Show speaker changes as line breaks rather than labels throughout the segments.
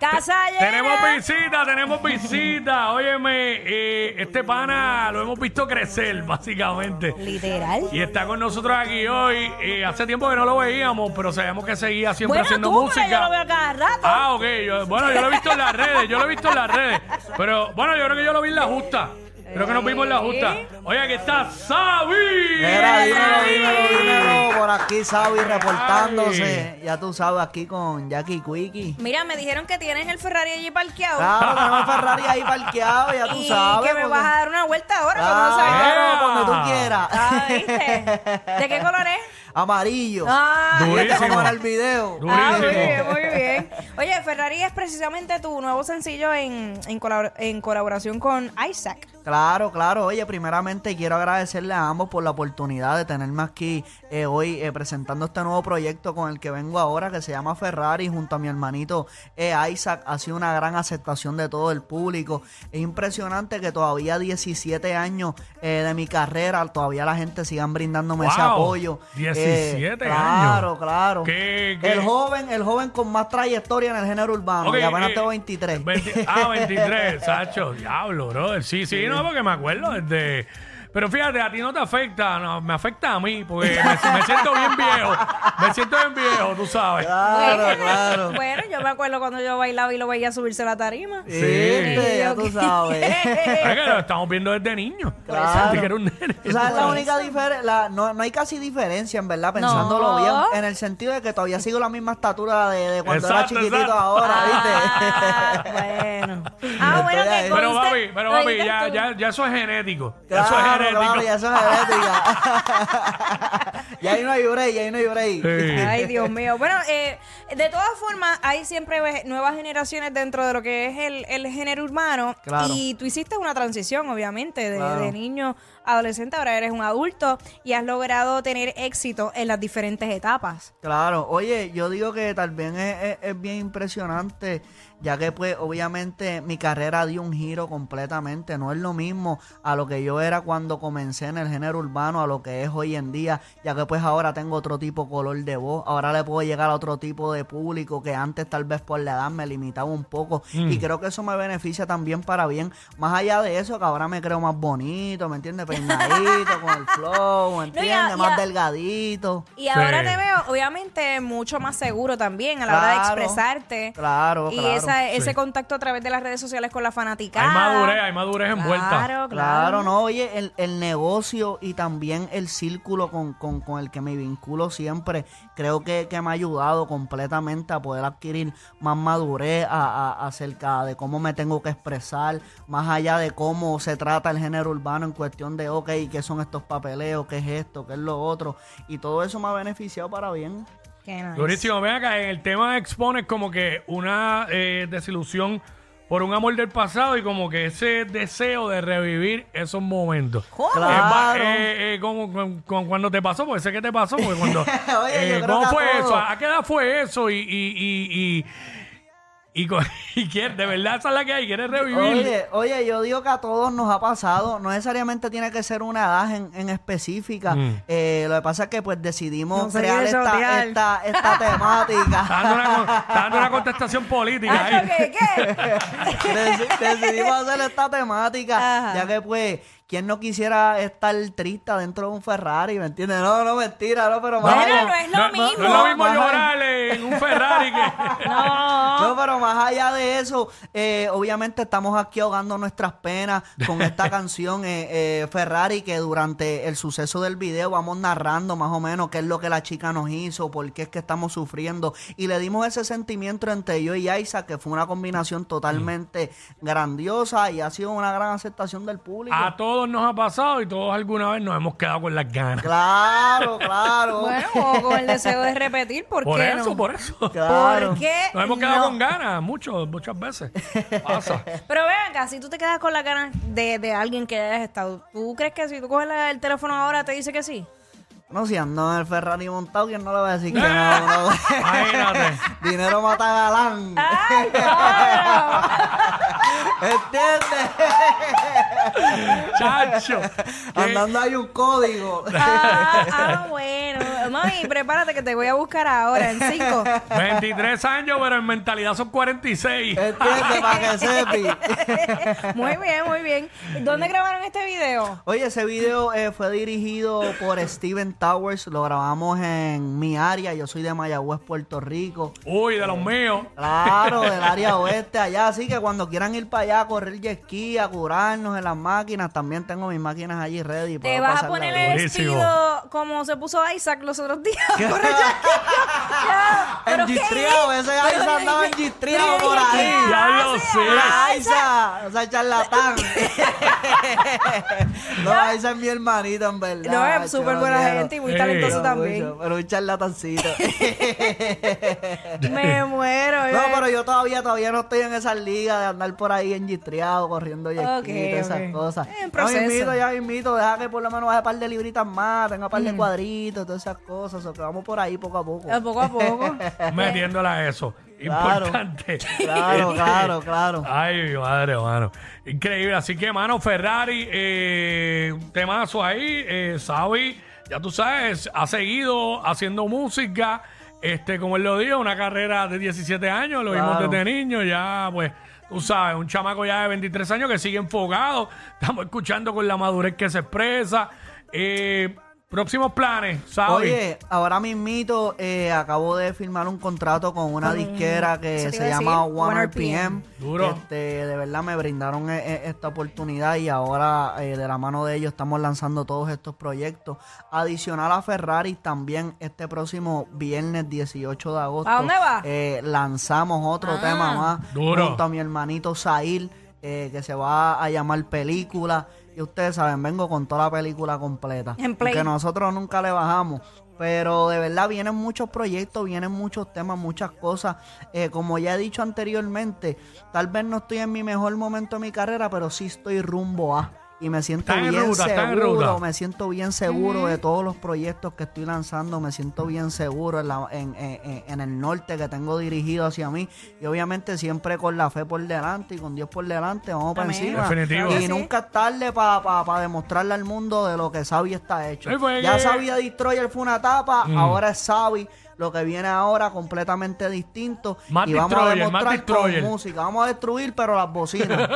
Casa llena.
Tenemos visita, tenemos visita. Óyeme, eh, este pana lo hemos visto crecer, básicamente.
Literal.
Y está con nosotros aquí hoy. Eh, hace tiempo que no lo veíamos, pero sabíamos que seguía siempre
Bueno,
haciendo
tú,
música.
pero yo lo veo cada rato.
Ah, ok. Yo- bueno, yo lo he visto en las redes, yo lo he visto en las redes. Pero bueno, yo creo que yo lo vi en la justa. Creo que nos vimos en la justa. Oye, aquí está Sabi.
Mira, dímelo,
Sabi.
dímelo, dímelo. Por aquí Sabi reportándose. Ya tú sabes, aquí con Jackie Quickie.
Mira, me dijeron que tienes el Ferrari allí parqueado.
Claro, tenemos el Ferrari ahí parqueado, Ah, ya tú
y
sabes.
que me
porque- Ah.
vas a dar una vuelta ahora, cuando sabes.
Claro,
sabes.
cuando tú quieras.
Ah, ¿viste? ¿De qué color es?
Amarillo. Este
Ah,
Du-
Ya te
durísimo.
vamos a el video.
Du-
ah, muy
durísimo.
bien, muy bien. Oye, Ferrari es precisamente tu nuevo sencillo en, en, colabor- en colaboración con Isaac.
Claro, claro. Oye, primeramente quiero agradecerle a ambos por la oportunidad de tenerme aquí eh, hoy eh, presentando este nuevo proyecto con el que vengo ahora, que se llama Ferrari, junto a mi hermanito eh, Isaac. Ha sido una gran aceptación de todo el público. Es impresionante que todavía 17 años eh, de mi carrera, todavía la gente sigan brindándome ese
Wow,
apoyo. Eh,
17 años.
Claro, claro.
¿Qué- qué?
El joven, el joven con más trayectoria en el género urbano.
Ok,
y apenas
eh,
tengo 23.
20 ah, 23, Sacho. Diablo, bro. Sí, sí, no, porque me acuerdo desde. Pero fíjate, a ti no te afecta, no, me afecta a mí, porque me, me siento bien viejo. Me siento bien viejo, tú sabes.
Claro,
Bueno,
claro.
Bueno, yo me acuerdo cuando yo bailaba y lo veía subirse a la tarima.
Sí,
Sí.
ya tú sabes.
Es que lo estamos viendo desde niño.
Claro.
Sentí que era un nene.
Tú sabes, la única diferencia, no, no hay casi diferencia, en verdad, pensándolo
No.
bien, en el sentido de que todavía sigo la misma estatura de, de cuando era
Exacto,
chiquitito
exacto.
ahora,
Ah,
¿viste?
bueno. Ah, bueno,
Estoy
que
ahí.
Pero
conste-
papi, pero
lo
papi,
dijiste
ya,
tú.
ya, ya eso es genético. Ya eso es
claro,
genético.
claro, ya eso es genética. y ahí no hay break, y ahí no hay break.
Sí.
Ay, Dios mío. Bueno, eh, de todas formas, hay siempre ve- nuevas generaciones dentro de lo que es el, el género urbano.
Claro.
Y tú hiciste una transición, obviamente, de,
Claro.
de niño a adolescente, ahora eres un adulto y has logrado tener éxito en las diferentes etapas.
Claro, oye, yo digo que también es, es- es bien impresionante, ya que pues obviamente mi carrera dio un giro completamente, no es lo mismo a lo que yo era cuando comencé en el género urbano, a lo que es hoy en día, ya que pues ahora tengo otro tipo color de voz, ahora le puedo llegar a otro tipo de público que antes tal vez por la edad me limitaba un poco y
Mm.
creo que eso me beneficia también para bien, más allá de eso que ahora me creo más bonito, ¿me entiendes? Peinadito, con el flow, ¿me
No, y
entiendes?
a- y
Más
a-
delgadito.
Y ahora
Sí.
te veo, obviamente, mucho más seguro también a la hora de
Claro,
expresarte.
claro,
Y
claro,
esa- ese
sí.
contacto a través de las redes sociales con la fanaticada.
Hay
Ah.
madurez, hay madurez envuelta.
Claro, claro.
Claro, no, oye, el, el negocio y también el círculo con, con- con el que me vinculo siempre, creo que, que me ha ayudado completamente a poder adquirir más madurez a- a- acerca de cómo me tengo que expresar, más allá de cómo se trata el género urbano en cuestión de, ok, ¿qué son estos papeleos? ¿Qué es esto? ¿Qué es lo otro? Y todo eso me ha beneficiado para bien.
Qué nice.
Durísimo, ven acá, en el tema expones como que una eh, desilusión por un amor del pasado y como que ese deseo de revivir esos momentos.
¿Cómo?
Es ba-
Claro.
eh, eh, como con- con cuando te pasó, porque sé que te pasó, porque cuando... eh,
Oye, yo creo
¿Cómo
que a
fue
todos.
eso? ¿A qué edad fue eso? Y... y, y, y, y con- y quiere- de verdad esa es la que hay, quieres revivir.
Oye, oye, yo digo que a todos nos ha pasado. No necesariamente tiene que ser una edad en, en específica. Eh, lo que pasa es que pues decidimos
No se
crear
quiere
esta,
chotear.
esta, esta temática.
Está dando una, con- está dando una contestación política
Ah,
ahí.
¿qué? ¿Qué?
Deci- decidimos hacer esta temática.
Ajá.
Ya que pues, ¿quién no quisiera estar triste dentro de un Ferrari? ¿Me entiendes? No, no, mentira, no, pero más
Bueno,
allá-
no es lo mismo.
No es lo mismo
Ajá.
llorar en un Ferrari que...
No, pero más allá de eso, eh, obviamente estamos aquí ahogando nuestras penas con esta canción eh, eh, Ferrari, que durante el suceso del video vamos narrando más o menos qué es lo que la chica nos hizo, por qué es que estamos sufriendo. Y le dimos ese sentimiento entre yo y Aiza, que fue una combinación totalmente grandiosa y ha sido una gran aceptación del público.
A todo todos nos ha pasado y todos alguna vez nos hemos quedado con las ganas.
Claro, claro.
Bueno, o con el deseo de repetir, ¿por,
Por
qué
eso,
no?
por eso.
claro.
¿Por qué
Nos hemos quedado
no?
con ganas, mucho, muchas veces. Pasa.
Pero vean acá, si tú te quedas con las ganas de, de alguien que hayas estado, ¿tú crees que si tú coges la- el teléfono ahora te dice que sí?
No, si ando en el Ferrari montado, ¿quién no le va a decir que no? no?
Imagínate.
Dinero mata galán.
¡Ay, claro!
¿Entiendes?
Chacho.
Andando hay un código.
ah, ah, bueno. Mami, prepárate que te voy a buscar ahora en cinco.
23 años, pero en mentalidad son 46.
¿Entiendes? Para que sepi.
Muy bien, muy bien. ¿Dónde grabaron este video?
Oye, ese video eh, fue dirigido por Steven Towers. Lo grabamos en mi área. Yo soy de Mayagüez, Puerto Rico.
Uy, de los míos.
Claro, del área oeste allá. Así que cuando quieran ir para allá a correr jet ski, a curarnos en las máquinas, también tengo mis máquinas allí ready.
Te
para
vas a
pasarla
poner
bien.
el
Buenísimo.
vestido como se puso Isaac los otros días. Por allá. Ya, pero qué
Engistriado,
bien.
ese Aiza andaba engistriado por ahí.
Ya lo sé.
Mira, Aiza, o sea, charlatán. no, Aiza es mi hermanito, en verdad.
No, es
yo
súper
lo
buena
quiero.
gente y muy
Sí.
talentoso
Yo
también.
mucho, Pero un charlatancito.
Me muero.
No,
bebé.
pero yo todavía, todavía no estoy en esas ligas de andar por ahí engistriado, corriendo y
Ok,
esas
ok.
cosas.
En
ya
proceso.
invito, ya invito, deja que por lo menos baje un par de libritas más, tenga un
Mm.
par de cuadritos, todas esas cosas. O que vamos por ahí poco a poco.
A poco a poco.
Metiéndola a eso.
Claro.
Importante.
Claro, claro, claro.
Ay, mi madre, mano. Increíble. Así que, mano, Ferrari, eh, un temazo ahí. Eh, Xavi, ya tú sabes, ha seguido haciendo música. Este, como él lo dijo, una carrera de 17 años, lo
Claro.
vimos desde niño, ya, pues, tú sabes, un chamaco ya de 23 años que sigue enfocado. Estamos escuchando con la madurez que se expresa. Eh, próximos planes, Xavi.
Oye, ahora mismito eh, acabo de firmar un contrato con una disquera
eso
que
te
se
iba a
llama
decir,
One
1
RPM.
Duro.
Este, de verdad me brindaron eh, eh, esta oportunidad y ahora eh, de la mano de ellos estamos lanzando todos estos proyectos. Adicional a Ferrari también este próximo viernes 18 de agosto.
¿A dónde va? Ah.
eh, lanzamos otro tema más
Duro.
junto a mi hermanito Zahir, eh, que se va a llamar Película. Y ustedes saben, vengo con toda la película completa.
En play.
Que nosotros nunca le bajamos. Pero de verdad vienen muchos proyectos, vienen muchos temas, muchas cosas. Eh, como ya he dicho anteriormente, tal vez no estoy en mi mejor momento de mi carrera, pero sí estoy rumbo a. Y me siento
Está en
bien
ruta, está en
seguro,
ruta.
me siento bien seguro de todos los proyectos que estoy lanzando, me siento bien seguro en, la- en- en- en- en el norte que tengo dirigido hacia mí. Y obviamente siempre con la fe por delante y con Dios por delante, vamos para
Amén.
encima.
Definitivo.
Y nunca es tarde para demostrarle al mundo de lo que Xavi está hecho.
Sí, pues, Mm. porque-
Ya Xavi de Destroyer fue una etapa, ahora es Xavi. Lo que viene ahora completamente distinto.
Más
y vamos a
Destroyer, más
demostrar con
Destroyer.
música. Vamos a destruir, pero las bocinas.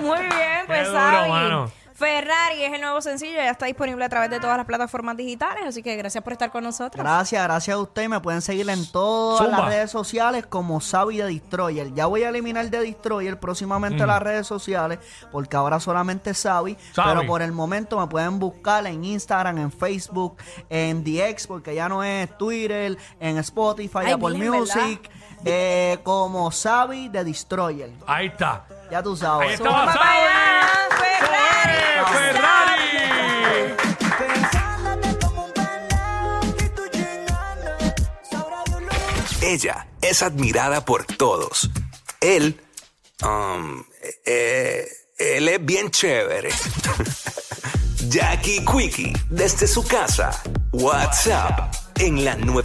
Muy bien,
Qué
pues
duro,
Sabi.
mano.
Ferrari es el nuevo sencillo, ya está disponible a través de todas las plataformas digitales, así que gracias por estar con nosotros.
Gracias, gracias a usted. Me pueden seguir en todas
Zumba.
las redes sociales como Xavi de Destroyer. Ya voy a eliminar de Destroyer próximamente las redes sociales porque ahora solamente Xavi,
Mm. Xavi.
Pero por el momento me pueden buscar en Instagram, en Facebook, en DX porque ya no es Twitter, en Spotify,
Ay,
Apple
miren, ¿verdad?
Music, eh, como Xavi de Destroyer.
Ahí está.
Ya tú sabes.
Ahí está.
Vamos
Sabi.
para allá, Ferrari.
¡Eh, Ferrari!
Ella es admirada por todos. Él, um, eh, él es bien chévere. Jackie Quickie, desde su casa. WhatsApp en la 9.